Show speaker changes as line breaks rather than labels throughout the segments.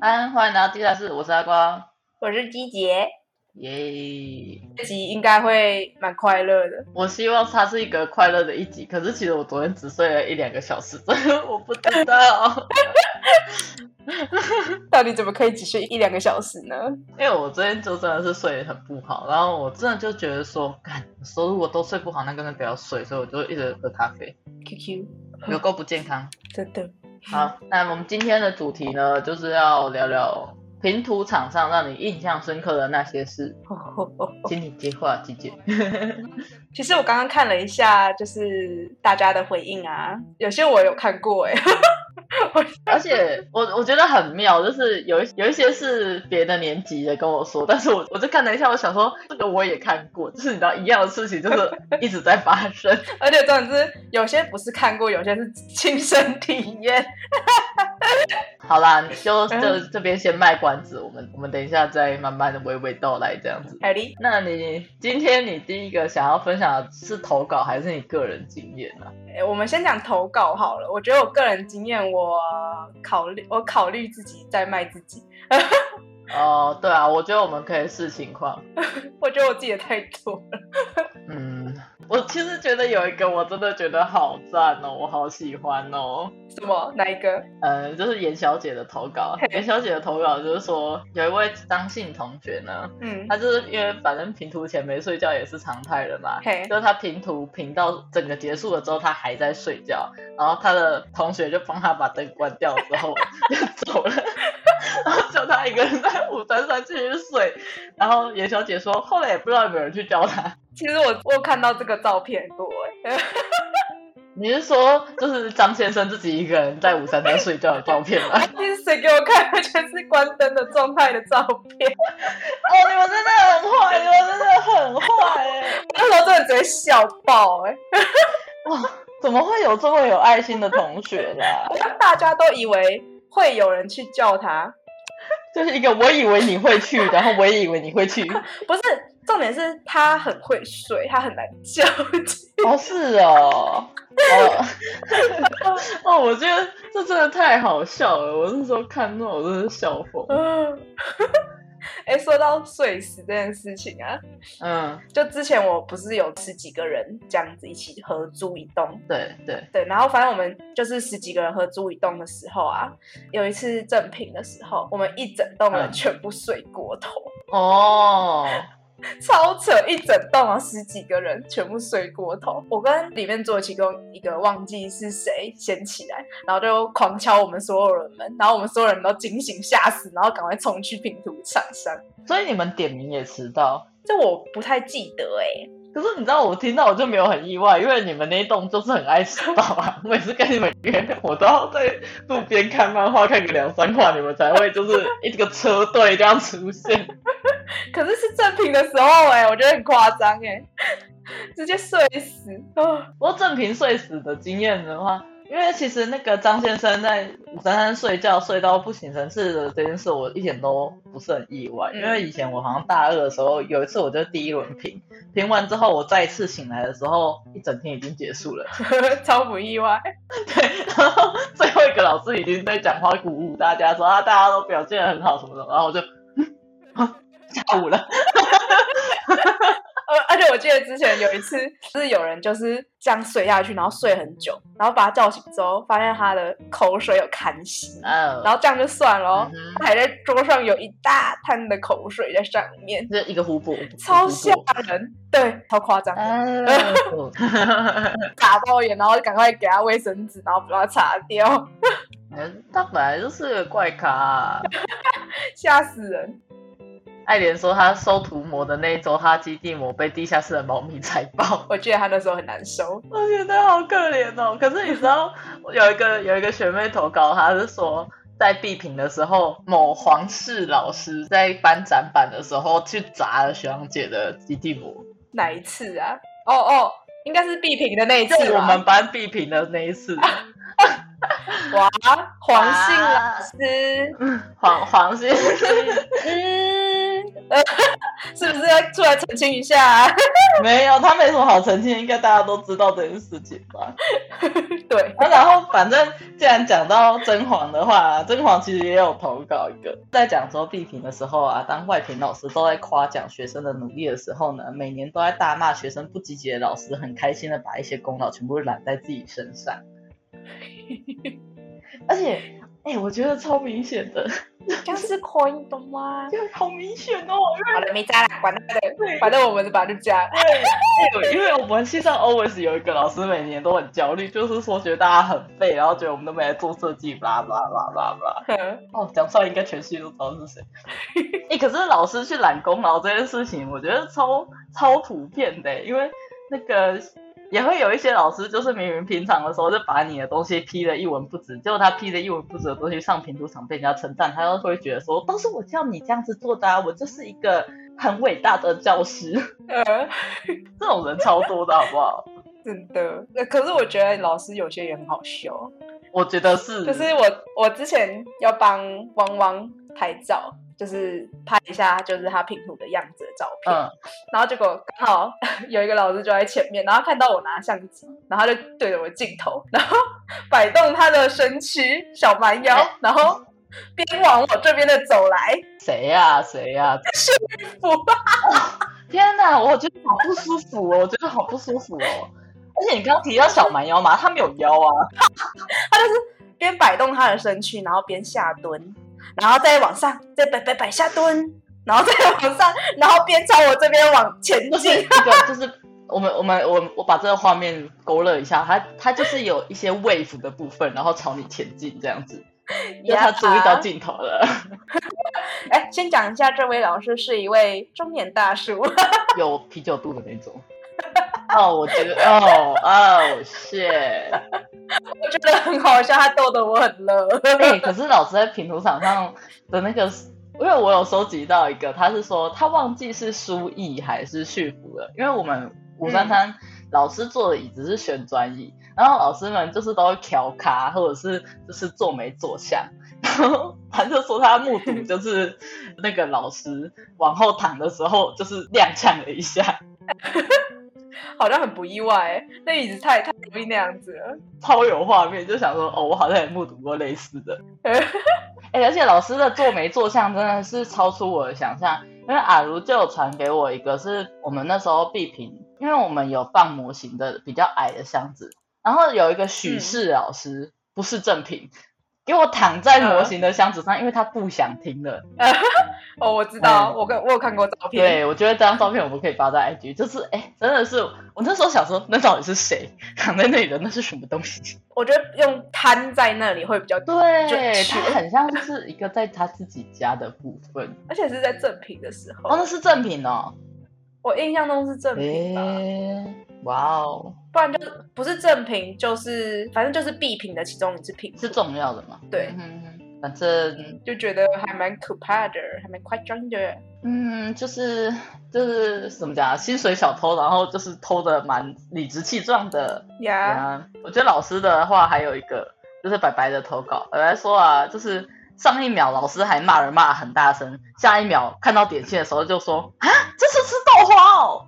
安，欢迎来到地下室，我是阿光，
我是鸡杰，
耶、
这集应该会蛮快乐的。
我希望它是一个快乐的一集，可是其实我昨天只睡了一两个小时，这个我不知道，
到底怎么可以只睡一两个小时呢？
因为我昨天就真的是睡得很不好，然后我真的就觉得说，干，说如果都睡不好，那干脆不要睡，所以我就一直喝咖啡，
QQ
有够不健康。
真的
好，那我们今天的主题呢，就是要聊聊平图场上让你印象深刻的那些事，请你接话，姐姐。
其实我刚刚看了一下，就是大家的回应啊，有些我有看过哎、
而且我我觉得很妙，就是有一有一些是别的年级的跟我说，但是我我就看了一下，我想说这个我也看过，就是你知道一样的事情，就是一直在发生。
而且重点是有些不是看过，有些是亲身体验。
好啦，你就就这边先卖关子，我们我们等一下再慢慢的娓娓道来这样子。
海莉，
那你今天你第一个想要分享的是投稿还是你个人经验啊呢、
哎我们先讲投稿好了。我觉得我个人经验，我考虑我考虑自己在卖自己，
哦、对啊，我觉得我们可以视情况。
我觉得我自己的太多了。
嗯，我其实觉得有一个我真的觉得好赞哦，我好喜欢哦。
什么？哪一个？
呃，就是严小姐的投稿
嘿。
严小姐的投稿就是说，有一位张姓同学呢，
嗯，
她就是因为反正平图前没睡觉也是常态了嘛，
嘿
就是她平图平到整个结束了之后，她还在睡觉，然后她的同学就帮她把灯关掉之 后就走了。然后就她一个人在五三三继续睡，然后严小姐说，后来也不知道有没有人去教她。
其实我我有看到这个照片过 哎、
你是说，就是张先生自己一个人在五三三睡觉的照片吗？
那是谁给我看的？全是关灯的状态的照片。
哦，你们真的很坏，你们真的很坏哎！
那时候真的直接笑爆哎、
怎么会有这么有爱心的同学啦？
大家都以为会有人去救他，
就是一个我以为你会去，然后我也以为你会去，
不是重点是他很会睡，他很难救。
哦是哦，哦 哦，我觉得这真的太好笑了，我那时候看那我真的是笑疯。
嗯，哎、说到睡死这件事情啊，
嗯，
就之前我不是有十几个人这样子一起合租一栋，
对对，
对，然后反正我们就是十几个人合租一栋的时候啊，有一次正品的时候，我们一整栋人
嗯
全部睡过头，
哦，
超扯，一整栋啊十几个人全部睡过头。我跟里面坐其中一个忘记是谁先起来，然后就狂敲我们所有人门，然后我们所有人都惊醒吓死，然后赶快冲去拼图厂商。
所以你们点名也迟到。
这我不太记得哎、
可是你知道，我听到我就没有很意外，因为你们那一栋就是很爱迟到啊。 我每次跟你们约，我都要在路边看漫画看个两三话，你们才会就是一个车队这样出现。
可是是正品的时候哎、我觉得很夸张哎， 直接睡死 啊！
不过正平睡死的经验的话，因为其实那个张先生在五三三睡觉睡到不省人事的这件事，我一点都不是很意外，
嗯
因为以前我好像大二的时候有一次，我就第一轮评评完之后，我再一次醒来的时候，一整天已经结束了。
超不意外。
对，然后最后一个老师已经在讲话鼓舞大家说啊，大家都表现得很好什么的，然后我就。 嗯啊下午了，
呃，而且我记得之前有一次，就是有人就是这样睡下去，然后睡很久，然后把他叫醒之后，发现他的口水有痰息，
嗯，
然后这样就算了哦，
嗯哼
他还在桌上有一大滩的口水在上面，
这一个湖泊，
超吓
像，
人，对，超夸张的，
嗯 哎
打包眼，然后赶快给他卫生纸，然后把它擦掉，
他哎本来就是个怪咖啊、
吓死人！
爱莲说，他收涂抹的那一周，他基地膜被地下室的猫咪踩爆，
我记得他那时候很难受，
我觉得好可怜哦。可是你知道，有一个有一个学妹投稿，她是说在闭评的时候，某皇室老师在搬展板的时候去砸了学长姐的基地膜，
哪一次啊？哦哦，应该是必平的那一次
就我
吧
们班闭评的那一次，
哇，黄姓老师，
黄黄姓
嗯，是不是要出来澄清一下、 啊？
没有，他没什么好澄清，应该大家都知道这件事情吧。
对，
啊、 然后反正既然讲到甄嬛的话，甄嬛其实也有投稿一个，在讲说地评的时候啊，当外评老师都在夸奖学生的努力的时候呢，每年都在大骂学生不积极的老师，很开心的把一些功劳全部揽在自己身 上。而且，哎、我觉得超明显的，
就是可以的吗？
就好明显哦，
好了，没加了， 管他的，
因为
反正我们就把它加了。
对，哎因为我们系上 always 有一个老师，每年都很焦虑，就是说觉得大家很废，然后觉得我们都没来做设计，巴拉巴拉巴拉巴拉。
嗯
哦，讲出来应该全系都知道是谁。哎、可是老师去揽功劳这件事情，我觉得超超普遍的，因为那个也会有一些老师，就是明明平常的时候就把你的东西批的一文不值，结果他批的一文不值的东西上评图场被人家称赞，他就会觉得说都是我叫你这样子做的啊，我就是一个很伟大的教师。
嗯，
这种人超多的好不好？
真的。呃可是我觉得老师有些也很好笑。
我觉得是，
就是我我之前要帮汪汪拍照，就是拍一下就是他拼图的样子的照片，
嗯，
然后结果刚好 有一个老师就在前面，然后看到我拿相机，然后他就对着我镜头，然后摆动他的身躯小蛮腰，然后边往我这边的走来，
谁呀、谁呀、
不
天哪，我觉得好不舒服哦，我觉得好不舒服哦。而且你刚刚提到小蛮腰嘛，他没有腰啊，
边摆动他的身躯，然后边下蹲，然后再往上，再摆摆摆下蹲，然后再往上，然后边朝我这边往前
就是
进
一。个就是我们我们我我把这个画面勾勒一下，他他就是有一些 wave 的部分，然后朝你前进这样子，因为他注意到镜头了，
哎，先讲一下，这位老师是一位中年大叔，
有啤酒肚的那种。哦，我觉得哦哦 shit。
我觉得很好笑，他逗得我很乐。
哎、可是老师在评图场上的那个，因为我有收集到一个，他是说他忘记是书艺还是序服了，因为我们五三三老师坐的椅子是旋转椅，然后老师们就是都会调咖，或者是就是坐没坐相。然后他就说他目睹就是那个老师往后躺的时候，就是踉跄了一下，
好像很不意外、欸，那椅子太太容易那样子了。
超有画面，就想说哦，我好像也目睹过类似的。哎、而且老师的做没做相真的是超出我的想象，因为阿如就有传给我一个，是我们那时候必评，因为我们有放模型的比较矮的箱子，然后有一个许氏老师、不是正品，给我躺在模型的箱子上，因为他不想听了。
哦，我知道，我跟我有看过照
嗯
片。
对，我觉得这张照片我们可以发在 IG，就是哎、真的是我那时候想说，那到底是谁躺在那里的？那是什么东西？
我觉得用瘫在那里会比较多，
对，
就
它很像是一个在他自己家的部分。
而且是在正品的时候。
哦，那是正品哦。
我印象中是正品吧，
诶，哇哦，
不然就不是正品，就是反正就是必品的其中一次品
是重要的嘛？
对
嗯哼哼反正
就觉得还蛮可怕的，还蛮夸张的。
嗯，就是就是怎么讲啊，薪水小偷，然后就是偷的蛮理直气壮的。
呀、
啊，我觉得老师的话还有一个就是白白的投稿，白白说啊，就是上一秒老师还骂人骂得很大声，下一秒看到点心的时候就说啊，这是吃豆花哦。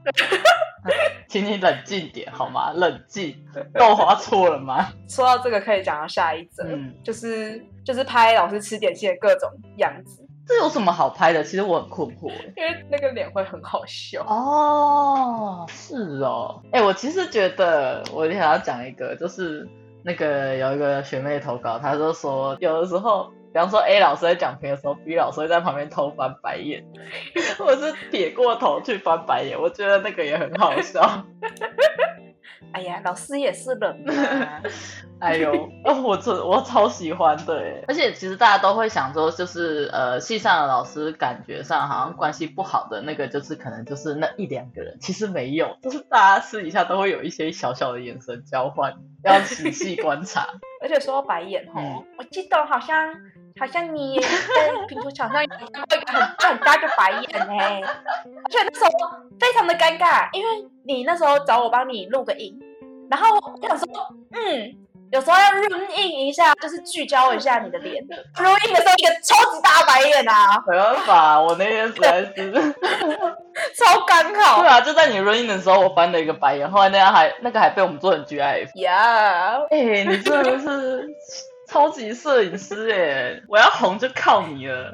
请你冷静点好吗？冷静，豆花错了吗？
说到这个，可以讲到下一则，
嗯，
就是就是拍老师吃点心的各种样子，
这有什么好拍的？其实我很困惑。
因为那个脸会很好笑。
哦，是哦，哎、我其实觉得我想要讲一个，就是那个有一个学妹投稿，她就说有的时候，比方说 A 老师在讲评的时候，B 老师会在旁边偷翻白眼， 或者是撇过头去翻白眼，我觉得那个也很好笑。
哎呀，老师也是人 嘛，
哎呦，哦、我真我超喜欢的耶！而且其实大家都会想说，就是呃，系上的老师感觉上好像关系不好的那个，就是可能就是那一两个人，其实没有，就是大家私底下都会有一些小小的眼神交换，要仔细观 察。
而且说到白眼吼，
嗯
我记得好像好像你也在评图场上有看过一个很大很大的白眼呢、而且那时候非常的尴尬，因为你那时候找我帮你录个影，然后我想说，嗯，有时候要润印一下，就是聚焦一下你的脸。润印的时候，一个超级大白眼啊，
没办法，我那天实在 是，对
超刚好。
啊，就在你 run in 的时候，我翻了一个白眼，后来那样还那个还被我们做成 GIF。
呀、
哎、你真的是超级摄影师哎、 我要红就靠你了。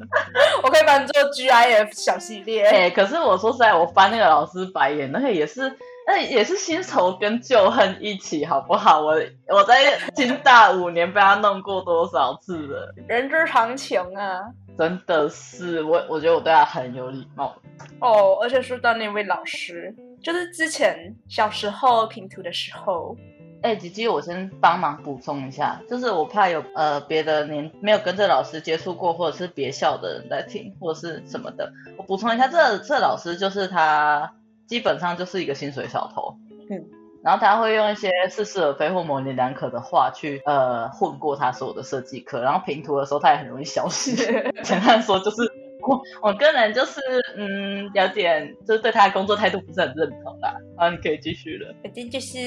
我可以帮你做 GIF 小系列。
哎、可是我说实在，我翻那个老师白眼，那个也是，那也是新仇跟旧恨一起，好不好？我我在金大五年被他弄过多少次了，
人之常情啊。
真的是我，我觉得我对他很有礼貌。
哦，而且说到那位老师，就是之前小时候拼图的时候，
哎、吉吉，我先帮忙补充一下，就是我怕有呃别的年没有跟这老师接触过，或者是别校的人在听，或者是什么的，我补充一下，这这老师就是他基本上就是一个薪水小偷，
嗯，
然后他会用一些似是而非或模棱两可的话去呃混过他所有的设计课，然后评图的时候他也很容易消失。 简单说就是我我个人就是嗯有点就是对他的工作态度不是很认同啦。好，你可以继续了。
肯定就是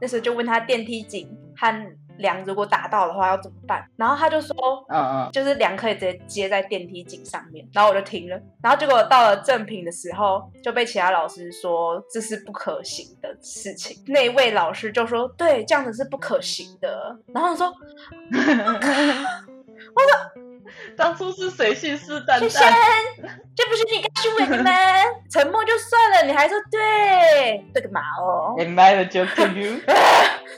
那时候就问他电梯井和梁如果打到的话要怎么办，然后他就说
嗯嗯，
就是梁可以直接接在电梯井上面，然后我就停了。然后结果到了正品的时候，就被其他老师说这是不可行的事情。那一位老师就说：“对，这样子是不可行的。”然后我说
当初是谁信誓：“旦
轩轩
旦？，
这不是你告诉我的 吗？沉默就算了，你还说对，对个毛哦！
Am I the joking you？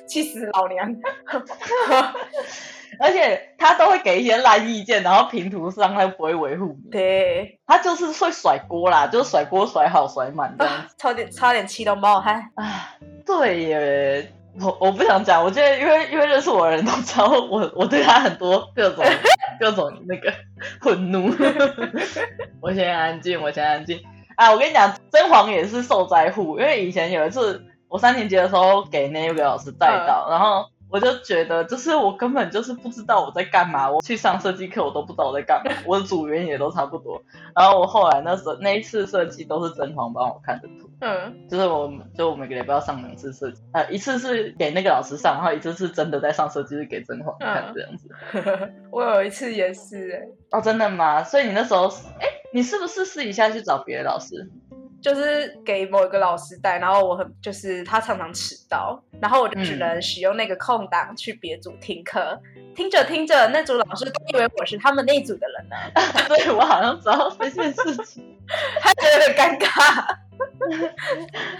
气死老娘！
而且他都会给一些烂意见，然后评图上他不会维护你，
对，
他就是会甩锅啦，就是甩锅甩好甩满这样子。
差点差点气到冒汗。
啊，对耶，我我不想讲，我觉得因为因为认识我的人都知道我我对他很多各种各种那个 愤怒。我先安静，我先安静。啊，我跟你讲，甄嬛也是受灾户，因为以前有一次我三年级的时候给那个老师带到，然后。我就觉得，就是我根本就是不知道我在干嘛。我去上设计课，我都不知道我在干嘛。我的组员也都差不多。然后我后来那时候那一次设计都是甄嬛帮我看的图，
嗯，
就是我们就我每个礼拜要上两次设计，呃，一次是给那个老师上，然后一次是真的在上设计，是给甄嬛看
嗯
这样子。
我有一次也是、欸，
哦，真的吗？所以你那时候，哎，你是不是私底下去找别的老师？
就是给某一个老师带，然后我很就是他常常迟到，然后我就只能使用那个空档去别组听课。听着听着，那组老师都以为我是他们那一组的人呢，
对，我好像知道这件事情，
他觉得很尴尬。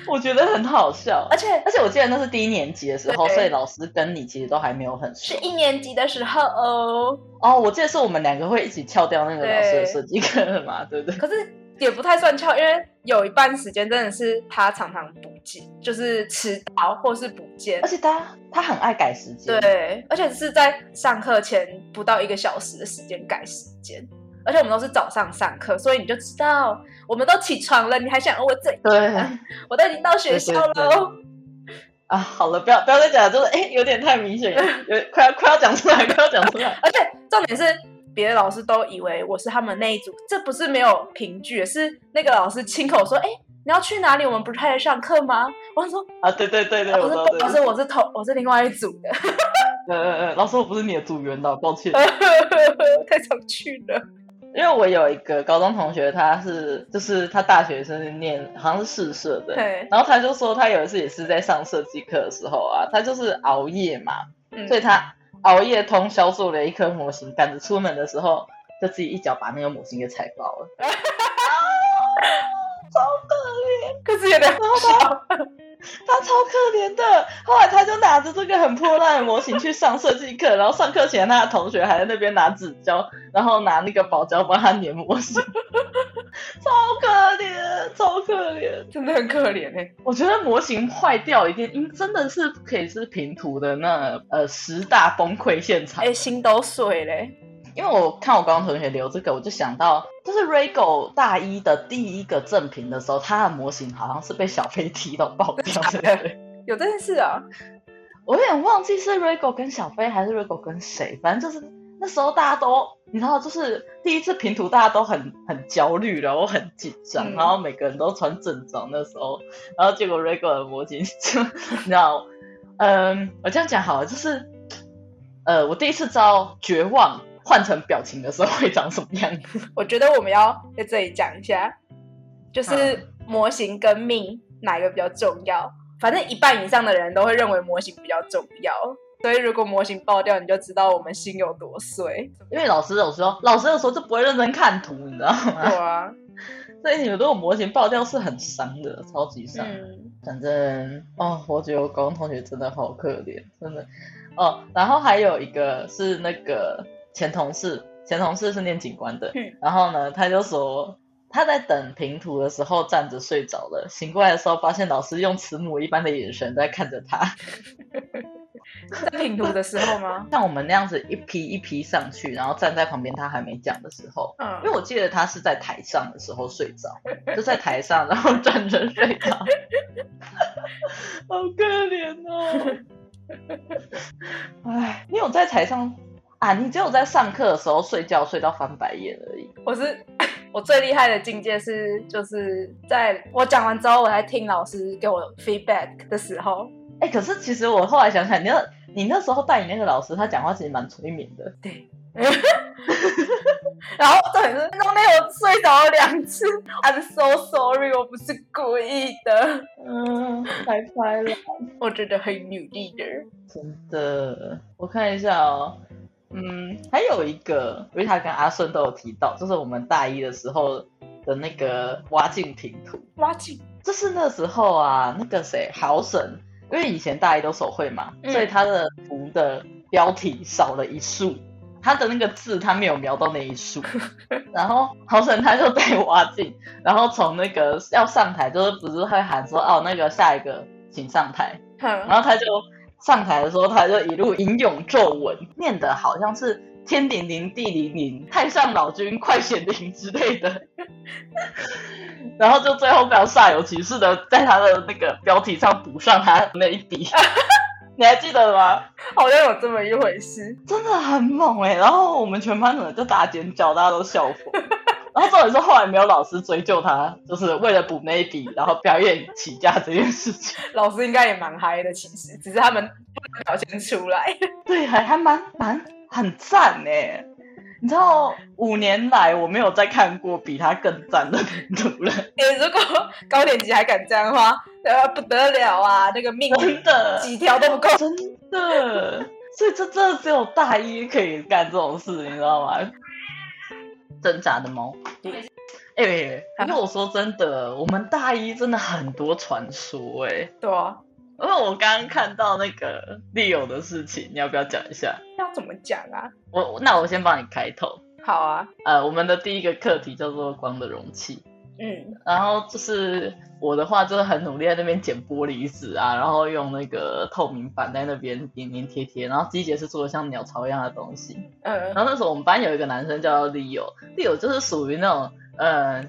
我觉得很好笑
而。且
而且我记得那是低年级的时候，
对
所以老师跟你其实都还没有很熟
是。一年级的时候哦，
哦，我记得是我们两个会一起翘掉那个老师的
对
设计课嘛，对不对？
可是也不太算翘，因为有一半时间真的是他常常补记，就是迟到或是补见
而。且他他很爱改时间，
对，而且是在上课前不到一个小时的时间改时间，而且我们都是早上上课，所以你就知道我们都起床了，你还想要我怎？
对。
我都已经到学校了哦，
啊，好了，不要不要再讲了，就是哎、有点太明 显了，有快要快要讲出来， 快要讲出来。
而且重点是。别的老师都以为我是他们那一组，这不是没有凭据，是那个老师亲口说：“哎、你要去哪里？我们不是还在上课吗？”我说
啊，对对对：“对，
啊
我
不
知
是
道，
不好
对
意思，我是同我是另外一组的，
呃呃呃，老师，我不是你的组员的，抱歉。
太想去了。
因为我有一个高中同学，他是就是他大学是念好像是试社”的，
对，
然后他就说他有一次也是在上设计课的时候啊，他就是熬夜嘛，
嗯
所以他熬夜通宵做了一颗模型，赶着出门的时候就自己一脚把那个模型给踩爆 了。啊超可怜。
可是有点好 笑。
他超可怜的。后来他就拿着这个很破烂的模型去上设计课，然后上课前他的同学还在那边拿纸胶，然后拿那个薄胶帮他粘模型， 超可怜，超可怜。
真的很可怜哎、
我觉得模型坏掉一定应真的是可以是平图的那呃十大崩溃现场
哎、。心都碎嘞。
因为我看我高中同学留这个，我就想到，就是 Rego 大一的第一个正品的时候，他的模型好像是被小飞踢到爆掉的。
有这件事啊？
我有点忘记是 Rego 跟小飞还是 Rego 跟谁，反正就是那时候大家都你知道，就是第一次平图，大家都很很焦虑，然后很紧张，
嗯
然后每个人都穿正装那时候，然后结果 Rego 的魔镜就你知道，嗯，我这样讲好了，就是呃，我第一次知道绝望换成表情的时候会长什么样子。
我觉得我们要在这里讲一下，就是模型跟命哪一个比较重要？反正一半以上的人都会认为模型比较重要，所以如果模型爆掉，你就知道我们心有多碎。
因为老师有时候，老师有时候就不会认真看图，你知道吗？
对啊，
所以你们如果模型爆掉是很伤的，超级伤。
嗯，
反正哦，我觉得我高中同学真的好可怜， 真的哦。然后还有一个是那个前同事，前同事是念警官的，
嗯
然后呢，他就说他在等平图的时候站着睡着了，醒过来的时候发现老师用慈母一般的眼神在看着他，
在拼图的时候吗？
像我们那样子一批一批上去，然后站在旁边他还没讲的时候。
嗯
因为，我记得他是在台上的时候睡着，就在台上，然后站着睡着， 好可怜哦。哎，你有在台上啊？你只有在上课的时候睡觉睡到翻白眼而已。
我是 我最厉害的境界是，就是在我讲完之后，我在听老师给我 feedback 的时候，
哎，可是其实我后来想想，你那你那时候带你那个老师，他讲话其实蛮催眠的。
然后重点是中间我睡着了两次，I'm so sorry，我不是故意的，
嗯，拜拜了。
我觉得很努力的。
真的，我看一下哦。嗯，还有一个维塔跟阿顺都有提到，就是我们大一的时候的那个挖镜平图，
挖井，
就是那时候啊，那个谁豪神，因为以前大一都手绘嘛，
嗯
所以他的图的标题少了一竖，他的那个字他没有描到那一竖，然后豪神他就被挖进，然后从那个要上台，就是不是会喊说哦那个下一个请上台，
哼
然后他就上台的时候，他就一路吟咏咒文，念的好像是天灵灵地灵灵，太上老君快显灵之类的。 然后就最后非常煞有其事的在他的那个标题上补上他那一笔， 你还记得吗？
好像有这么一回事。
真的很猛哎、然后我们全班人就大尖叫，大家都笑疯。然后重点是后来没有老师追究他，就是为了补那一笔，然后表演起价这件事情。
老师应该也蛮嗨的，其实只是他们不能表现出来。
对，还还蛮蛮很赞呢。你知道五年来我没有再看过比他更赞的拼图了，
诶如果高年级还敢这样的话，呃，不得了啊！那 个命
真的，
几条都不够。
真的。所以这真的只有大一可以干这种事，你知道吗？挣扎的猫。哎、不过我说真的，我们大一真的很多传说哎、
对啊，
因为我刚刚看到那个利友的事情，你要不要讲一下？
要怎么讲啊？
我那我先帮你开头。
好啊，
呃，我们的第一个课题叫做光的容器。
嗯，
然后就是我的话，就是很努力在那边捡玻璃纸啊，然后用那个透明板在那边粘粘贴贴，然后机姐是做的像鸟巢一样的东西。
呃，
然后那时候我们班有一个男生叫 Leo，Leo 就是属于那种，呃，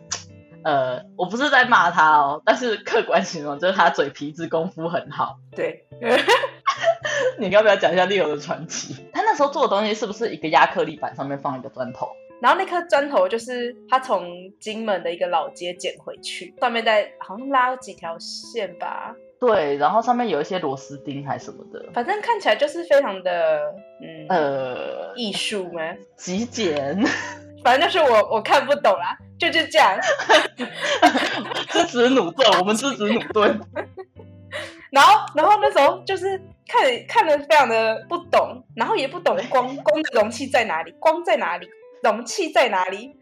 呃，我不是在骂他哦，但是客观形容就是他嘴皮子功夫很好。
对，
你要不要讲一下 Leo 的传奇？他那时候做的东西是不是一个亚克力板上面放一个砖头？
然后那颗砖头就是他从金门的一个老街捡回去，上面再好像拉了几条线吧，
对，然后上面有一些螺丝钉还什么的。
反正看起来就是非常的嗯、
呃，
艺术嘛。
极简。
反正就是我我看不懂啦，就是这样。
支持努顿，我们支持努顿。
然后然后那时候就是看看的非常的不懂，然后也不懂光光的容器在哪里，光在哪里，容器在哪里。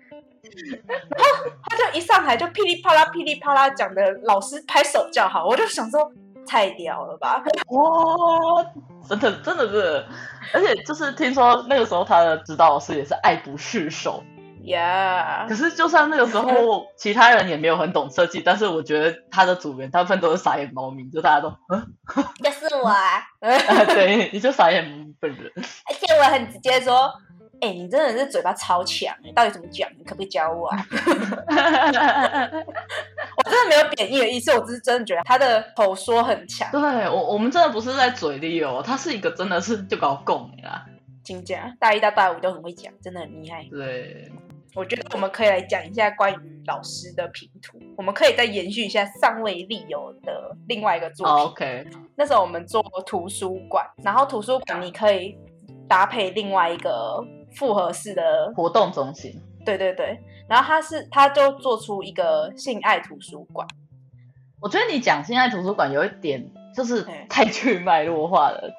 然后他就一上台就噼里啪啦噼里啪啦讲的，老师拍手叫好，我就想说太屌了吧，
哇，真的真的是，而且就是听说那个时候他的指导老师也是爱不释手。
呀、
可是就算那个时候其他人也没有很懂设计，但是我觉得他的组员大部分都是傻眼猫咪，就大家都， 嗯
就是我、啊，而
啊、对，你就傻眼猫咪本人。
且我很直接说，哎、你真的是嘴巴超强，你到底怎么讲？你可不可以教我啊？我真的没有贬义的意思，我只是真的觉得他的口说很强，
对我我们真的不是在嘴里哦，他是一个真的是就搞共鸣啦。
金家大一到大五都很会讲，真的很厉害。
对，
我觉得我们可以来讲一下关于老师的评图，我们可以再延续一下上位利友的
哦
另外一个作品。
o k
那时候我们做图书馆，然后图书馆你可以搭配另外一个复合式的
活动中心，
对对对，然后他是他就做出一个性爱图书馆，
我觉得你讲现在图书馆有一点就是
对
太去脉络化了，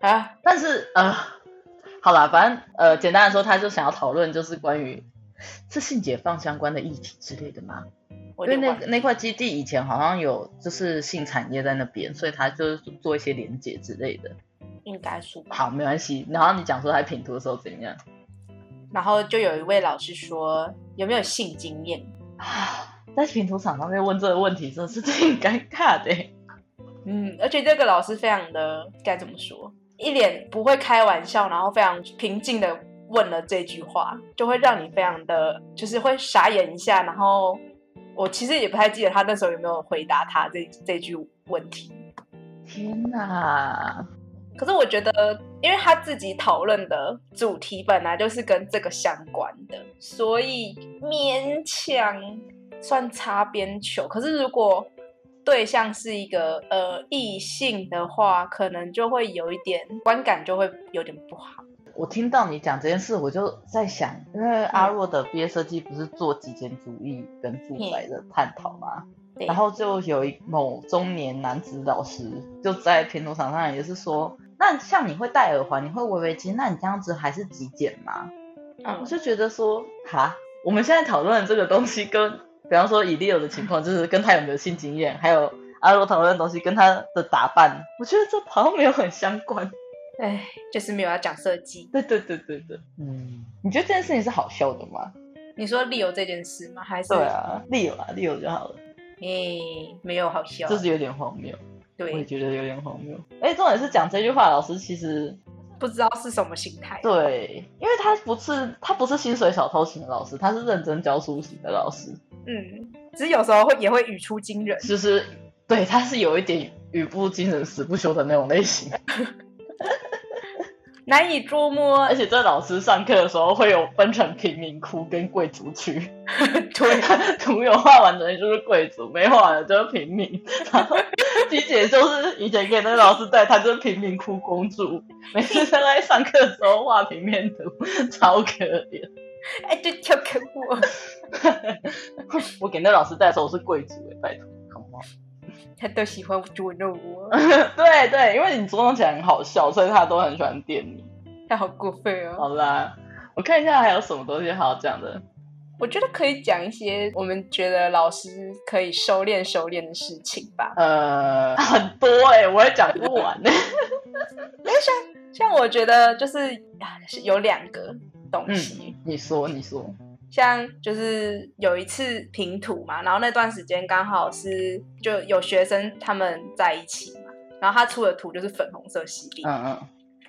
啊，
但是呃，好啦，反正呃，简单的说，他就想要讨论就是关于是性解放相关的议题之类的嘛。
我
因为
有点
那
忘
那块基地以前好像有就是性产业在那边，所以他就是做一些连接之类的。
应该书吧。
好，没关系。然后你讲说他品图的时候怎样？
然后就有一位老师说有没有性经验？
啊，在品图场上面问这个问题，真的是 挺尴尬的欸。
嗯，而且这个老师非常的该怎么说，一脸不会开玩笑，然后非常平静的问了这句话，就会让你非常的就是会傻眼一下。然后我其实也不太记得他那时候有没有回答他这这句问题，
天哪！
可是我觉得，因为他自己讨论的主题本来就是跟这个相关的，所以勉强算擦边球。可是如果对象是一个呃异性的话，可能就会有一点观感就会有点不好。
我听到你讲这件事，我就在想，因为阿若的毕业设计不是做极简主义跟住宅的探讨吗？
对
然后就有一某中年男子老师就在评图场上也是说，那像你会戴耳环，你会围围巾，那你这样子还是极简吗？
嗯
我，就觉得说，哈，我们现在讨论的这个东西跟，比方说以利友的情况，就是跟他有没有性经验，还有阿罗讨论的东西跟他的打扮，我觉得这好像没有很相关。
哎，就是没有要讲设 计。
对对对对对，嗯，你觉得这件事情是好笑的吗？
你说理由这件事吗？还是
对啊，利友啊，利友就好了，
哎、没有好笑，
就是有点荒谬，我也
对，
觉得有点荒谬。哎，重点是讲这句话，老师其实
不知道是什么心态。
对，因为他不是他不是薪水小偷型的老师，他是认真教书型的老师，
嗯，只是有时候会也会语出惊人。
就是对他是有一点语不惊人死不休的那种类型，
难以捉摸
而且这老师上课的时候会有分成贫民窟跟贵族区，
对，
图有画完的人就是贵族，没画完的就是平民，然后菊姐就是以前给那个老师带，她就是贫民窟公主，每次她在上课的时候画平面图，超可怜。
哎，就跳给我，
我给那老师带的时候我是贵族、欸，拜托，好吗？
他都喜欢捉弄我，
嗯对对，因为你捉弄起来很好笑，所以他都很喜欢电你。
他好过分哦！
好啦，我看一下还有什么东西好讲的。
我觉得可以讲一些我们觉得老师可以收敛收敛的事情吧。
呃，很多哎、我也讲不完欸呢、
像我觉得就是啊是有两个东西，
你说，你说，
像就是有一次平图嘛，然后那段时间刚好是就有学生他们在一起嘛，然后他出的图就是粉红色系列，
嗯嗯，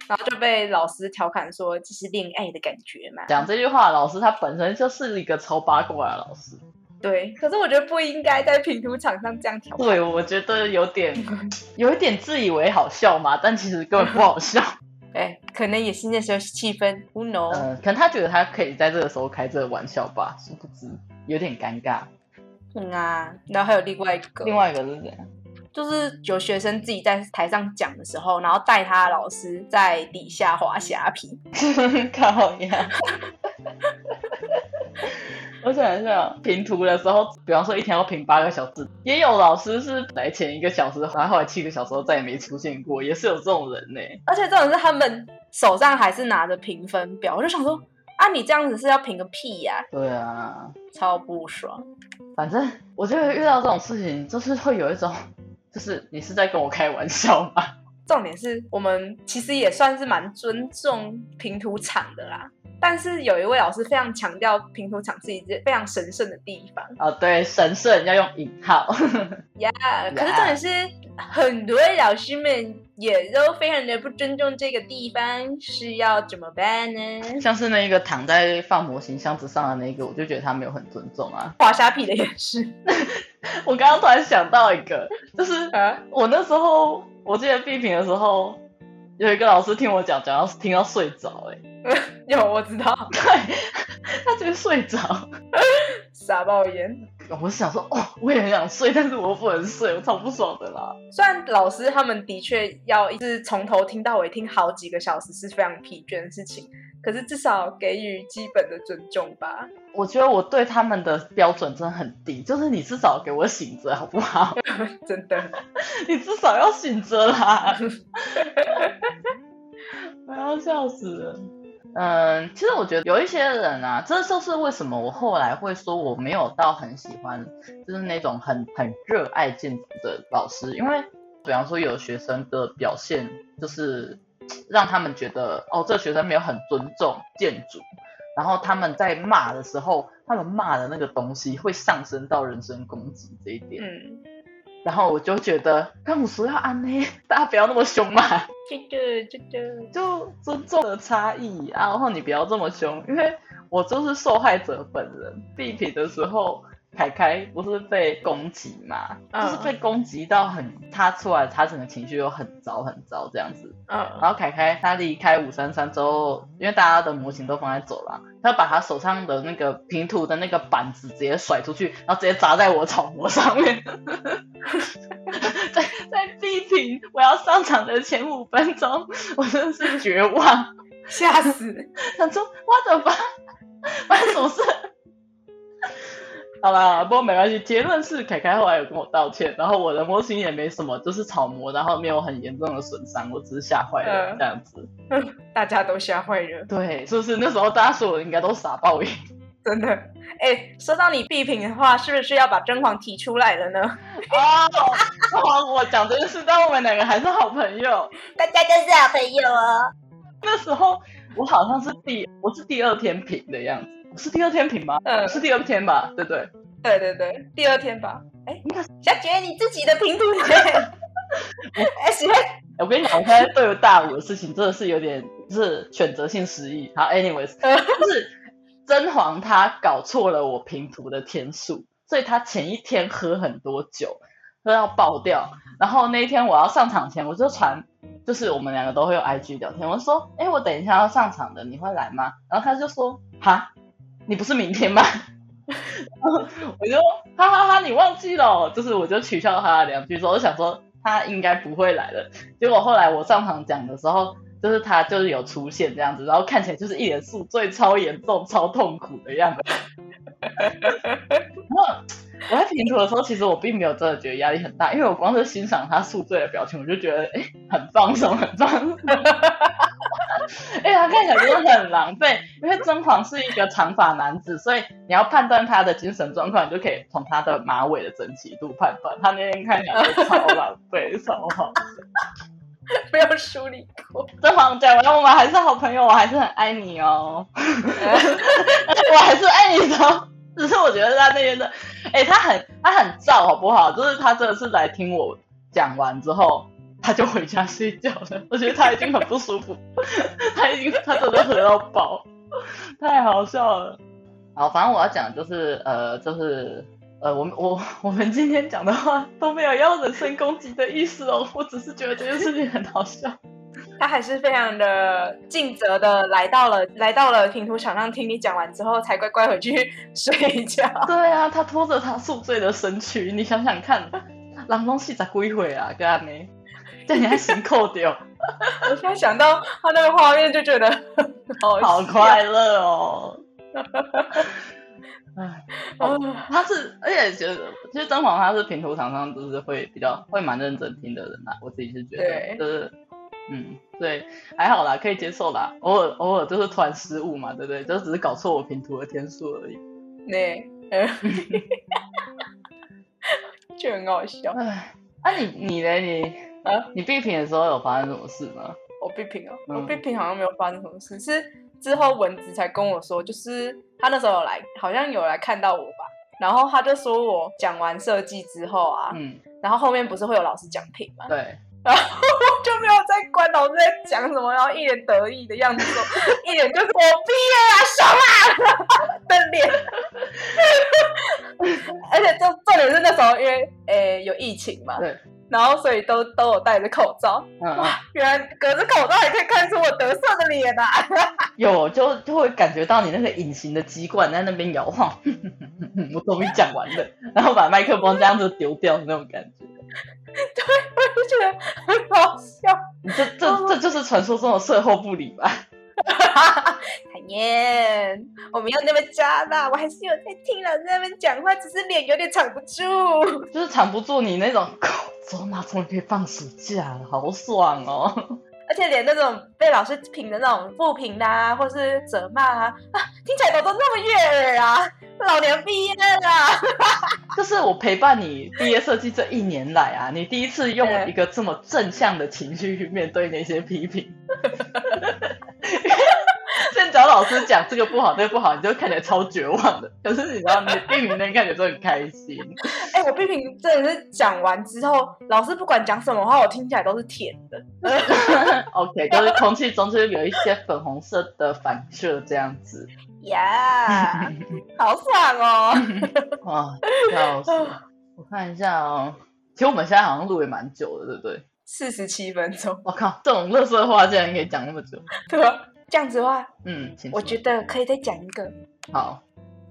然后就被老师调侃说这是恋爱的感觉嘛。
讲这句话的老师他本身就是一个超八卦的老师，
对，可是我觉得不应该在平图场上这样调侃。
对我觉得有点有一点自以为好笑嘛，但其实根本不好 笑。
哎，可能也是那时候气氛，who k n o
嗯，可能他觉得他可以在这个时候开这个玩笑吧，殊不知有点尴尬。
嗯啊，然后还有另外一个，
另外一个是怎 样？
就是有学生自己在台上讲的时候，然后带他的老师在底下滑虾皮，
靠呀！ 我想一下，评图的时候，比方说一天要评八个小时，也有老师是来前一个小时，然后后来七个小时后再也没出现过，也是有这种人呢、
而且这种是他们手上还是拿着评分表，我就想说啊，你这样子是要评个屁呀、
对啊，
超不爽。
反正我觉得遇到这种事情，就是会有一种，就是你是在跟我开玩笑吗？
重点是我们其实也算是蛮尊重平图场的啦，但是有一位老师非常强调平图场是一件非常神圣的地方。
啊，对，神圣要用引号。
呀呃可是重点是很多老师们也都非常的不尊重这个地方，是要怎么办呢？
像是那个躺在放模型箱子上的那个，我就觉得他没有很尊重啊。
滑虾皮的也是
我刚刚突然想到一个，就是
啊，
我那时候我记得闭评的时候，有一个老师听我讲，讲到听到 睡着、欸，
有我知道，
他直接睡着，
傻爆眼。
我是想说，哦，我也很想睡，但是我不能睡，我超不爽的啦。
虽然老师他们的确要一直从头听到尾听好几个小时是非常疲倦的事情，可是至少给予基本的尊重吧。
我觉得我对他们的标准真的很低，就是你至少给我醒着好不好？
真的，
你至少要醒着啦！我要笑死了。嗯，其实我觉得有一些人啊，这就是为什么我后来会说我没有到很喜欢，就是那种很很热爱建筑的老师，因为比方说有学生的表现就是让他们觉得哦，这学生没有很尊重建筑，然后他们在骂的时候，他们骂的那个东西会上升到人身攻击这一点，
嗯，
然后我就觉得干姆说要安呢， 大家不要那么凶嘛。
这个这个，
就尊重的差异啊，然后你不要这么凶，因为我就是受害者本人。地铁的时候，凯凯不是被攻击嘛，
嗯
就是被攻击到很，他出来，他整个情绪又很糟很糟这样子。
嗯，
然后凯凯他离开五三三之后，因为大家的模型都放在走廊，他把他手上的那个平涂的那个板子直接甩出去，然后直接砸在我草模上面。 在在地停，我要上场的前五分钟，我真的是绝望，
吓死！
想说我怎么办？发生什么事？ 好啦，不过没关系。结论是，凯凯后来有跟我道歉，然后我的模型也没什么，就是草模，然后没有很严重的损伤，我只是吓坏了、
嗯
这样子。
大家都吓坏了，
对，是不是那时候大家所有人应该都傻爆眼？
真的。哎，说到你必品的话，是不是要把甄嬛提出来了呢？
哦，哦我讲这件事，但我们两个还是好朋友。
大家就是好朋友哦。
那时候我好像是第我是第二天评的样子，我是第二天评吗？
嗯
我是第二天吧，对不对？
对对对，第二天吧。哎，小姐，你自己的拼图呢？ 哎，喜欢
我跟你讲，我现在对于大五的事情真的是有点就是选择性失忆。好，anyways，
嗯
就是甄嬛她搞错了我平图的天数，所以她前一天喝很多酒，喝到爆掉。然后那一天我要上场前，我就传，就是我们两个都会有 IG 聊天，我就说，哎，我等一下要上场的，你会来吗？然后他就说，哈，你不是明天吗？ 我就哈哈哈，你忘记了哦，就是我就取笑他两句之后，我想说他应该不会来了。结果后来我上场讲的时候，就是他就是有出现这样子，然后看起来就是一脸宿醉、超严重、超痛苦的样子。然后我在评图的时候，其实我并没有真的觉得压力很大，因为我光是欣赏他宿醉的表情，我就觉得哎、诶很放松，很 放松。哎，他看起来真的很狼狈，因为甄嬛是一个长发男子，所以你要判断他的精神状况，你就可以从他的马尾的整齐度判断。他那天看起来就超狼狈，超好。
没有梳理过。
这房对，然后我们还是好朋友，我还是很爱你哦，我还是爱你的哦。只是我觉得他那边的，哎、他很他很燥，好不好？就是他真的是来听我讲完之后，他就回家睡觉了。我觉得他已经很不舒服， 他已经他真的喝到饱，太好笑了。好，反正我要讲的就是呃，就是呃，我们我我们今天讲的话都没有要人身攻击的意思哦，我只是觉得这件事情很好笑。
他还是非常的尽责的来到了来到了平图场上听你讲完之后，才乖乖回去 睡觉。
对啊，他拖着他宿醉的身躯，你想想看，郎中戏咋归回啊？跟阿梅，叫你还行扣 掉，
我现在想到他那个画面，就觉得好笑
好 快乐哦。哎，
啊！
他是，而且觉得，其实甄嬛她是平头场上就是会比较会蛮认真听的人啊啦，我自己是觉
对
得，就是，嗯，对，还好啦，可以接受啦，偶尔偶尔就是突然失误嘛，对不对？就只是搞错我平图的天数而已。
对， 嗯，就很好笑。
哎，那、你你嘞你
啊
你闭屏的时候有发生什么事吗？
我被评了，
嗯
我被评好像没有发生什么事，是之后蚊子才跟我说，就是他那时候有来，好像有来看到我吧，然后他就说我讲完设计之后啊，
嗯，
然后后面不是会有老师讲评吗？
对。
就没有在管老师在讲什么，然后一脸得意的样子说，一脸就是我毕业啊，爽啊 的脸。而且重重点是那时候因为诶、有疫情嘛，
对，
然后所以都都有戴着口罩，
嗯，
哇，原来隔着口罩还可以看出我得瑟的脸啊！
有就就会感觉到你那个隐形的鸡冠在那边摇晃。 嗯，我终于讲完了， 然后把麦克风这样子丢掉的那种感觉。
就觉得很好笑。
这这这就是传说中的售后不理吧？
讨厌，我没有那么渣啦，我还是有在听老师他们讲话，只是脸有点藏不住。
就是藏不住你那种， 靠走马终于可以放暑假了，好爽哦！
而且连那种被老师评的那种不评啦、或是责骂啊，啊，听起来都都那么悦耳啊！老娘毕业啦，
就是我陪伴你毕业设计这一年来啊，你第一次用
对
一个这么正向的情绪去面对那些批评。 现找老师讲这个不好，那个不好，你就看起来超绝望的。可是你知道，你第明天看起来就很开心。
哎、我批评真的是讲完之后，老师不管讲什么话，我听起来都是甜的。
OK，就是空气中就是有一些粉红色的反射这样子。
呀、 好爽哦！
啊，笑死！我看一下哦，其实我们现在好像录也蛮久的，对不对？
四十七分钟，
我靠，这种乐色话竟然可以讲那么久。
对吧？这样子的话，
嗯，请
我
说
觉得可以再讲一个。
好，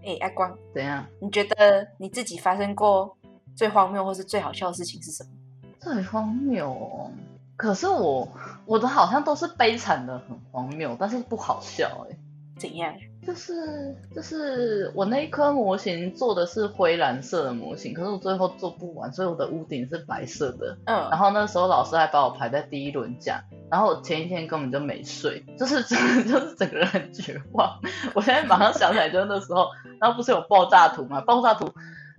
哎、阿光，
怎样？
你觉得你自己发生过最荒谬或是最好笑的事情是什么？
这很荒谬哦。可是我我的好像都是悲惨的，很荒谬，但是不好笑哎、
怎样？
就是就是我那一颗模型做的是灰蓝色的模型，可是我最后做不完，所以我的屋顶是白色的。然
嗯，
后那时候老师还把我排在第一轮讲，然后我前一天根本就没睡，就是真的 就是整个人很绝望。我现在马上想起来，就是那时候，然后不是有爆炸图嘛？爆炸图，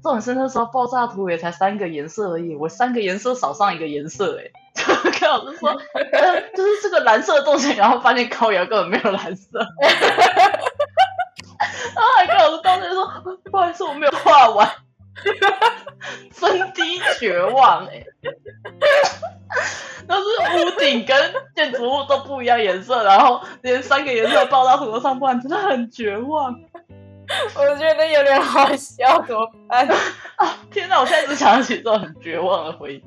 重点是那时候爆炸图也才三个颜色而已，我三个颜色少上一个颜色、欸，哎。 就跟老师说，呃就是这个蓝色的东西，然后发现高瑶根本没有蓝色， 然后还跟老师道歉说， 不好意思，我没有画完， 真低绝望哎、欸都是屋顶跟建筑物都不一样颜色，然后连三个颜色报到土头上，不然真的很绝望
我觉得有点好笑，怎么办？
啊！天哪，我现在只想起这种很绝望的回忆。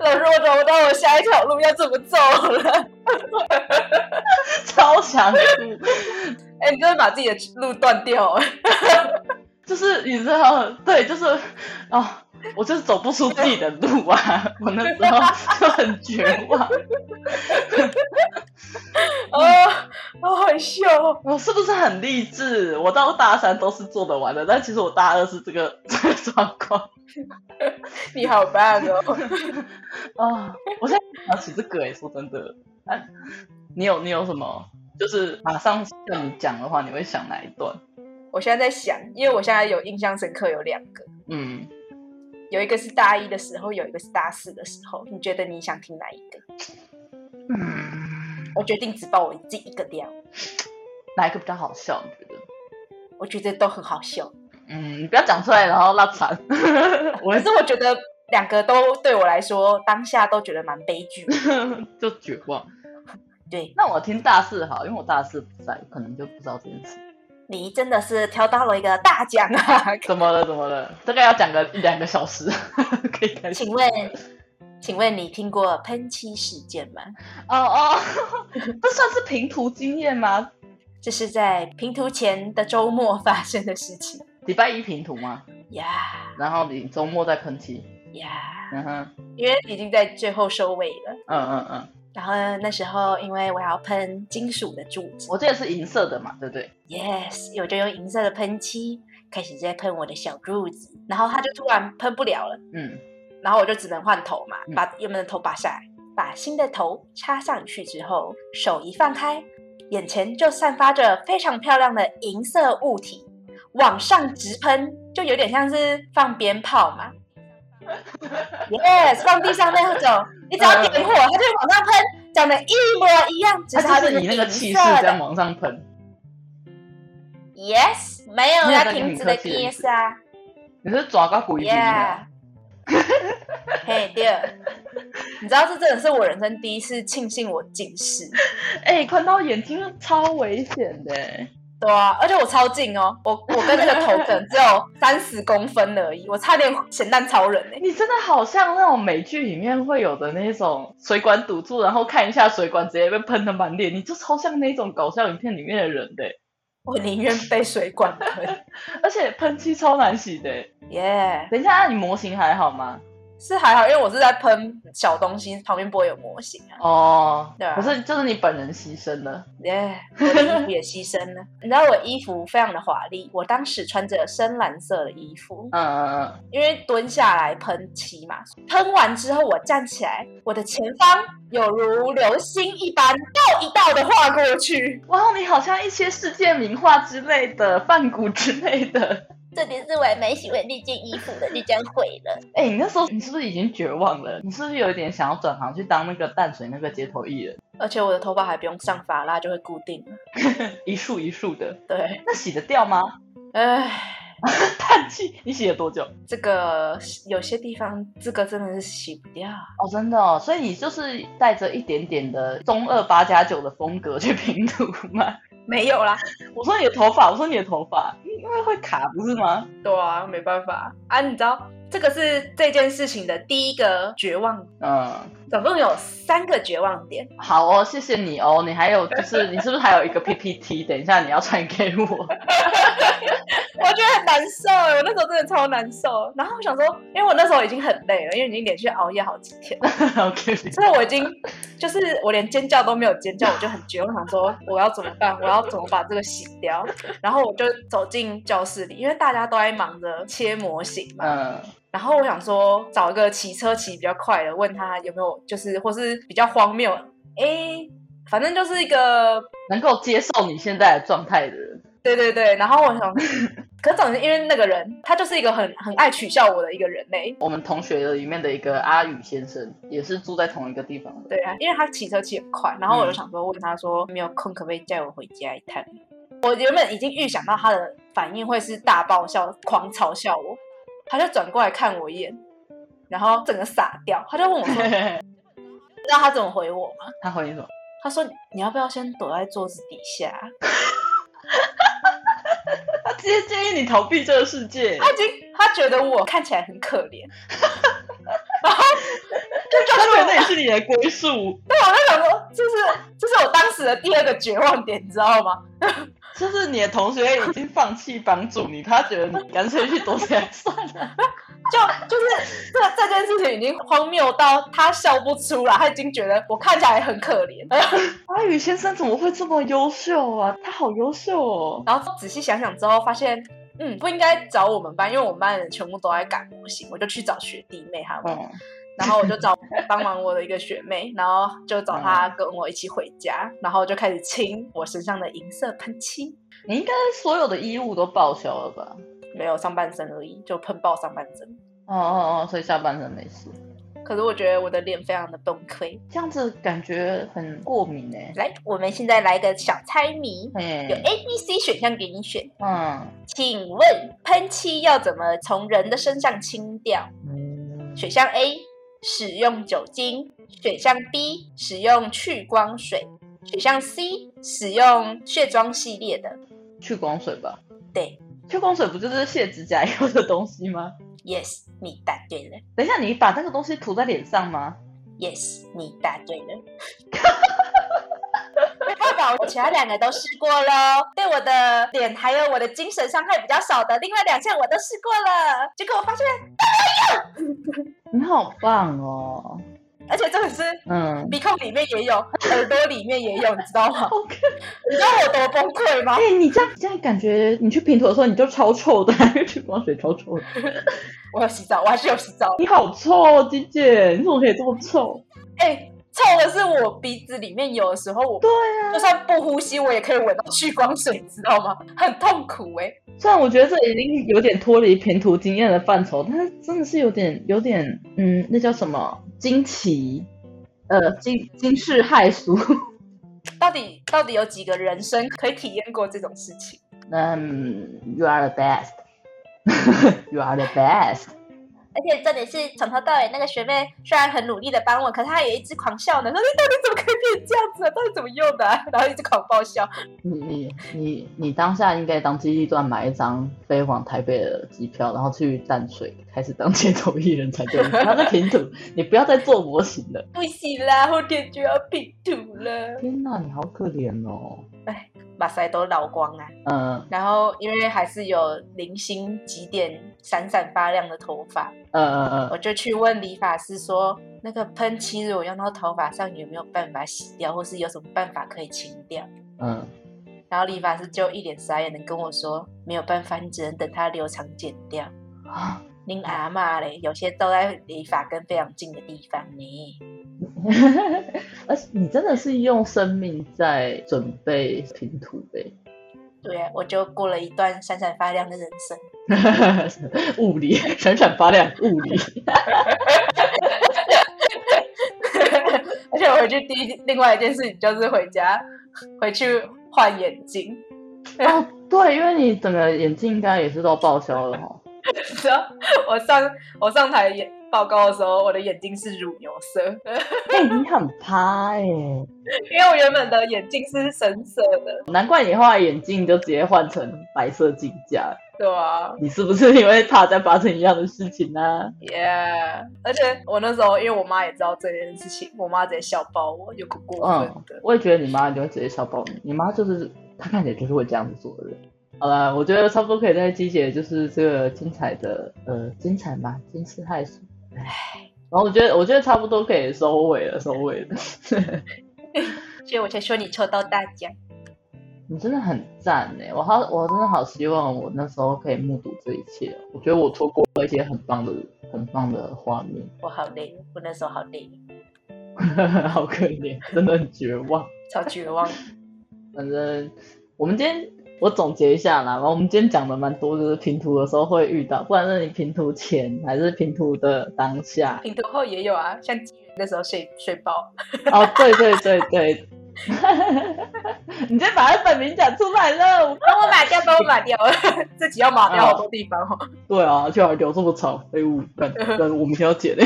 老师，我找不到我下一条路要怎么走了。
超想哭，
哎、你真的把自己的路断掉了。
就是你知道，对，就是哦，我就是走不出自己的路啊！我那时候就很绝望，
哦，好好笑哦。
我是不是很励志？我到大三都是做得完的，但其实我大二是这个 这个状况
你好棒哦。
啊！我现在想起这个、欸，说真的，啊，你有你有什么？就是马上跟你讲的话，你会想哪一段？
我现在在想，因为我现在有印象深刻有两个，
嗯，
有一个是大一的时候，有一个是大四的时候。你觉得你想听哪一个？
嗯，
我决定只把我自己一个聊，
哪一个比较好笑？你觉得？
我觉得都很好笑。
嗯，你不要讲出来，然后拉惨。我
可是我觉得两个都对我来说，当下都觉得蛮悲剧 的。
就绝望。
对
那我听大四好，因为我大四不在，可能就不知道这件事。
你真的是挑到了一个大奖啊！
怎么了？怎么了？大概要讲个一两个小时， 可以开始。
请问，请问你听过喷漆事件吗？
哦哦， 这算是平图经验吗？
这是在平图前的周末发生的事情
礼拜一平图吗？
呀
然后你周末再喷漆。
呀
嗯哼，
因为已经在最后收尾了。
嗯嗯嗯，
然后那时候，因为我要喷金属的柱子
我记得是银色的嘛，对不对？
，yes，我就用银色的喷漆开始在喷我的小柱子，然后它就突然喷不了了。
嗯，
然后我就只能换头嘛
嗯，
把原本的头拔下来，把新的头插上去之后，手一放开，眼前就散发着非常漂亮的银色物体，往上直喷，就有点像是放鞭炮 嘛。yes，放地上那种，你只要点火，它就会往上喷，长得一模一样，只
它
是它
啊就是以那
变成
个
银
气势
色
这
的
样往上喷。
Yes，没有
没有在
要
跟
停
你
止
客
的
气的意
意
思
思啊。
你是抓个鬼精啊？
Yeah，嘿，对，你知道这真的是我人生第一次庆幸我近视，
哎、看到眼睛超危险的、
对啊，而且我超近哦，我我跟那个头梗只有三十公分而已，我差点咸蛋超人欸呢、
你真的好像那种美剧里面会有的那种水管堵住，然后看一下水管直接被喷的满脸，你就超像那种搞笑影片里面的人的欸。
我宁愿被水管喷。
而且喷漆超难洗的欸。
耶、
等一下，那你模型还好吗？
是还好，因为我是在喷小东西，旁边不会有模型啊。
哦，
对啊
可是就是你本人牺牲了，
耶、我的衣服也牺牲了。你知道我衣服非常的华丽，我当时穿着深蓝色的衣服，
嗯嗯
因为蹲下来喷漆嘛，喷完之后我站起来，我的前方有如流星一般，一道一道的划过去
嗯。。哇，你好像一些世界名画之类的、梵谷之类的。
这点是我还蛮喜欢那件衣服的，那件毁了。
哎、你那时候你是不是已经绝望了？你是不是有一点想要转行去当那个淡水那个街头艺人，
而且我的头发还不用上发蜡就会固定了。
一束一束的？
对，
那洗得掉吗？
唉，
叹气，你洗了多久？
这个有些地方这个真的是洗不掉。
哦，真的哦，所以你就是带着一点点的中二八加九的风格去拼图吗？
没有啦，
我说你的头发，我说你的头发，因为会卡不是吗？
对啊，没办法啊，你知道这个是这件事情的第一个绝望，
嗯，
总共有三个绝望点。
好哦，谢谢你哦。你还有就是，你是不是还有一个 PPT？等一下你要传给我。
我觉得很难受，欸我那时候真的超难受。然后我想说，因为我那时候已经很累了，因为已经连续熬夜好几天，
OK，
所以我已经就是我连尖叫都没有尖叫，我就很绝望，想说我要怎么办？我要怎么把这个洗掉？然后我就走进教室里，因为大家都在忙着切模型嘛。
嗯，
然后我想说找一个骑车骑比较快的，问他有没有就是或是比较荒谬，哎，反正就是一个
能够接受你现在的状态的人，
对对对，然后我想，可总之因为那个人他就是一个很很爱取笑我的一个人类，
我们同学里面的一个阿宇先生，也是住在同一个地 方的。
对啊，因为他骑车骑很快，然后我就想说问他说没有空可不可以载我回家一趟？我原本已经预想到他的反应会是大爆笑、狂嘲笑我，他就转过来看我一眼，然后整个傻掉，他就问我 说，你知道他怎么回我吗？
他回你什么？
他说你要不要先躲在桌子底下？
他直接建议你逃避这个世 界。
他已经他觉得我看起来很可怜，然后就觉
他
得
觉
我
得那也是你的归宿，
我就想说，这是这是我当时的第二个绝望点，你知道吗？
就是你的同学已经放弃帮助你，他觉得你干脆去躲起来算了。
就就是这这件事情已经荒谬到他笑不出来，他已经觉得我看起来很可怜。
阿宇先生怎么会这么优秀啊？他好优秀哦！
然后仔细想想之后，发现嗯不应该找我们班，因为我们班的人全部都在赶模型，我就去找学弟妹他们。
嗯，
然后我就找帮忙我的一个学妹，然后就找她跟我一起回家，然后就开始清我身上的银色喷漆，
你应该所有的衣物都报销了吧？
没有上半身而已，就喷爆上半身。
哦哦哦，所以下半身没事，
可是我觉得我的脸非常的崩溃。
这样子感觉很过敏哎、
来，我们现在来个小猜谜，
欸。
有 A、B、C 选项给你选。
嗯
请问喷漆要怎么从人的身上清掉？
嗯，
选项 A 使用酒精，选项 B 使用去光水，选项 C 使用卸妆系列的。
去光水吧。
对
去光水不就是卸指甲油的东西吗？
，Yes，你答对了。
等一下，你把那个东西涂在脸上吗？
Yes，你答对了。 没办法，我其他两个都试过喽，对我的脸还有我的精神伤害比较少的，另外两项我都试过了。结果我发现，
你好棒哦！
而且真的是
嗯，
鼻孔里面也有，耳朵里面也有，你知道吗？
好看。
你知道我多崩溃吗
哎、？你这样这样感觉，你去平头的时候你就超臭的， 去光水超臭的。
我有洗澡，我还是有洗澡。
你好臭、哦，金姐，你怎么可以这么臭？
哎、臭的是我鼻子里面有的时候，我
对啊，
就算不呼吸，我也可以闻到去光水，你知道吗？很痛苦哎、
虽然我觉得这已经有点脱离平涂经验的范畴，但是真的是有点有点，嗯，那叫什么惊奇，呃，惊惊世骇俗。
到底到底有几个人生可以体验过这种事情？
嗯，You are the best. you are the best.
而且重点是从头到尾，那个学妹虽然很努力的帮我，可是她也一直狂笑呢，说你到底怎么可以变这样子啊？ 到底怎么用的啊、然后一直狂爆笑。
你你你你当下应该当机立断买一张飞往台北的机票，然后去淡水开始当街头艺人才对。你不要再拼图，你不要再做模型了。
不行啦，后天就要拼图了。
天哪，你好可怜哦！
把腮都捞光啊。
嗯
然后因为还是有零星几点闪闪发亮的头发，
嗯嗯嗯，
我就去问理发师说，那个喷漆如果用到头发上有没有办法洗掉，或是有什么办法可以清掉？
嗯，
然后理发师就一脸傻眼的跟我说，没有办法，你只能等它留长剪掉。
啊，
您阿妈嘞，有些都在离发根非常近的地方呢。
而且 你真的是用生命在准备拼图呗，
对啊，我就过了一段闪闪发亮的人生。
物理闪闪发亮，物理，
而且我回去第一另外一件事情就是回家回去换眼镜，
哦，对，因为你整个眼镜应该也是都报销了哈，
然后 我上我上台演报告的时候，我的眼睛是乳牛 色，
哎、你很趴哎、
因为我原本的眼镜是深色的，
难怪你后来眼镜就直接换成白色镜架，
对啊
你是不是因为怕再发生一样的事情呢、
，Yeah！而且我那时候因为我妈也知道这件事情，我妈直接笑爆我，有够过分
嗯
的，。
我也觉得你妈就会直接笑爆你，你妈就是她看起来就是会这样子做的人。好了，我觉得差不多可以再集结，就是这个精彩的呃精彩嘛，惊世骇俗。唉然后我觉得我觉得差不多可以收尾了，收尾了。
所以我才说你抽到大奖。
你真的很赞哎，我好我真的好希望我那时候可以目睹这一切哦。我觉得我错过了一些很棒的很棒的画面，
我好累，我那时候好累，
好可怜，真的很绝望。
超绝望。。
反正我们今天我总结一下啦，然后我们今天讲的蛮多，就是拼图的时候会遇到，不管是你拼图前还是拼图的当下
平头后也有啊，像纪元那时候睡睡 爆，
哦，对对对对， 你直接把它本名讲出来了。
帮我码掉，帮我码掉， 自己要码掉好多地方哦。
对啊，就好聊这么长，哎呦，干干我们要剪嘞。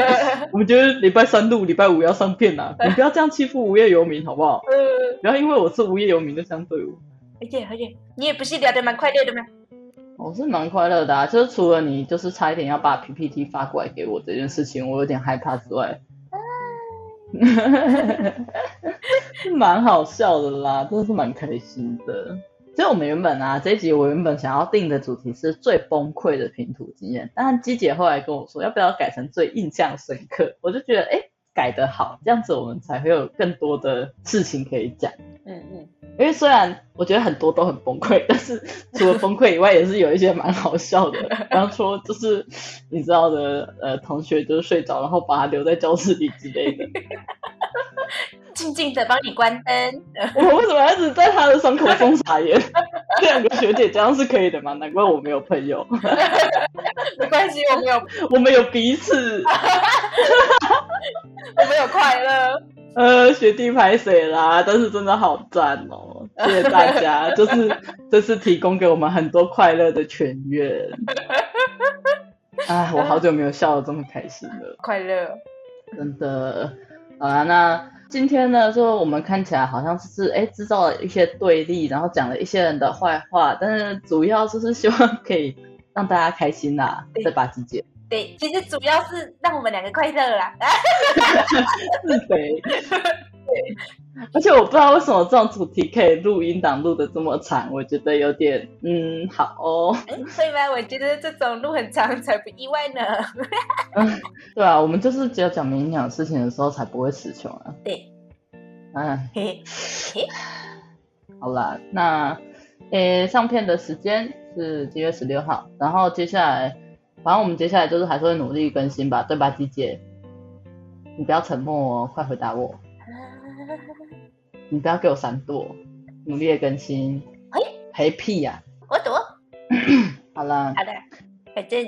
我们觉得礼拜三录，礼拜五要上片啦、你不要这样欺负无业游民好不好？
呃，哎
不要因为我是无业游民就这样对我。
而且而且你也不是聊得蛮快乐的吗？
我是蛮快乐的啊，就是除了你就是差一点要把 PPT 发过来给我这件事情，我有点害怕之外，是 蛮好笑的啦，真的是蛮开心的。所以我们原本啊，这一集我原本想要定的主题是最崩溃的拼图经验，但鸡姐后来跟我说，要不要改成最印象深刻？我就觉得，哎、改得好，这样子我们才会有更多的事情可以讲。
嗯嗯，
因为虽然我觉得很多都很崩溃，但是除了崩溃以外，也是有一些蛮好笑的。比方说，就是你知道的，呃，同学就是睡着，然后把他留在教室里之类的。
静静的帮你关灯。
我为什么要一直在他的伤口中撒盐？这两个学姐这样是可以的吗？难怪我没有朋友，
没关系，我们有
我们有彼此。
我们有快乐。
呃，学弟拍谁啦？但是真的好赞哦！谢谢大家，就是这次提供给我们很多快乐的泉源。哎，我好久没有笑得这么开心了，
快乐，
真的。好啦，那今天呢，就我们看起来好像是哎制造了一些对立，然后讲了一些人的坏话，但是主要就是希望可以让大家开心啦，
对
这把季节。
对，其实主要是让我们两个快乐啦。啊，
自肥。而且我不知道为什么这种主题可以录音档录的这么长，我觉得有点嗯好哦。
哎对吗？我觉得这种路很长才不意外呢。
对啊，我们就是只有讲明讲事情的时候才不会词穷啊。
对，
哎，
嘿嘿，
好啦，那诶上片的时间是七月十六号，然后接下来，反正我们接下来就是还是会努力更新吧，对吧，季姐？你不要沉默哦，快回答我，你不要给我闪躲，努力的更新
嘿。
陪屁呀、
我躲。
好啦，
好的，反正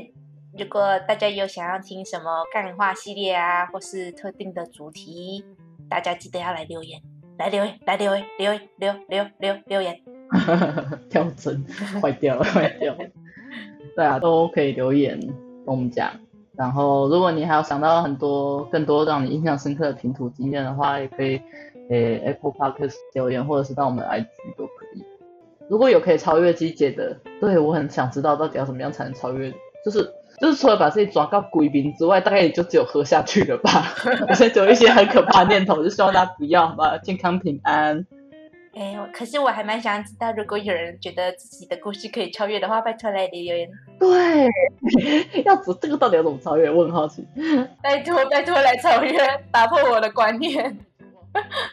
如果大家有想要听什么干话系列啊，或是特定的主题，大家记得要来留言，来留言，来留言，留言，留留留留言。
跳针，坏掉了，坏掉了。对啊，都可以留言跟我们讲。然后，如果你还有想到很多更多让你印象深刻的拼图经验的话，也可以诶 Apple Podcast 留言，或者是到我们的 IG 都可以。如果有可以超越机姐的，对我很想知道到底要怎么样才能超越，就是就是除了把自己抓到鬼名之外，大概也就只有喝下去了吧。我现在只有一些很可怕的念头，就希望大家不要，好吧？健康平安。
哎、我可是我还蛮想知道，如果有人觉得自己的故事可以超越的话，拜托来留言，
对， 要怎这个到底要怎么超越？我很好奇。
拜托拜托来超越，打破我的观念，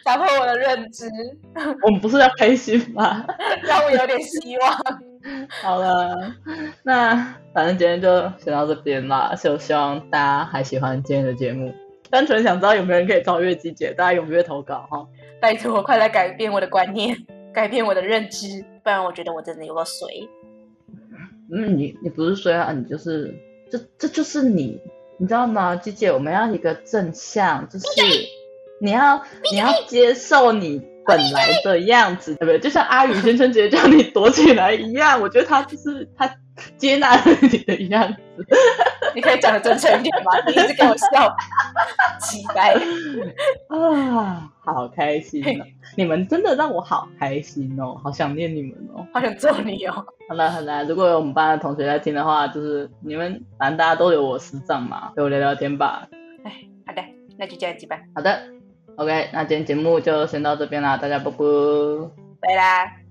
打破我的认知，
我们不是要开心吗？
让我有点希望。
好了，那反正今天就先到这边啦，就希望大家还喜欢今天的节目。单纯想知道有没有人可以超越季姐，大家踊跃投稿哈。
拜托，快来改变我的观念，改变我的认知，不然我觉得我真的有个水。
嗯，你你不是说啊，你就是这这就是你，你知道吗？季姐，我们要一个正向，就是你要你要接受你本来的样子，对不对？就像阿宇先生直接叫你躲起来一样，我觉得他就是他接纳了你的样子。
你可以讲的真诚一点吗？你一直给我笑，奇白。
啊，好开心哦！你们真的让我好开心哦，好想念你们哦。
好想揍你哦！
好啦好啦，如果有我们班的同学在听的话，就是你们反正大家都有我师长嘛，陪我聊聊天吧。
哎好的，那就这样子吧，
好的，OK，那今天节目就先到这边啦，大家啵啵。
拜啦。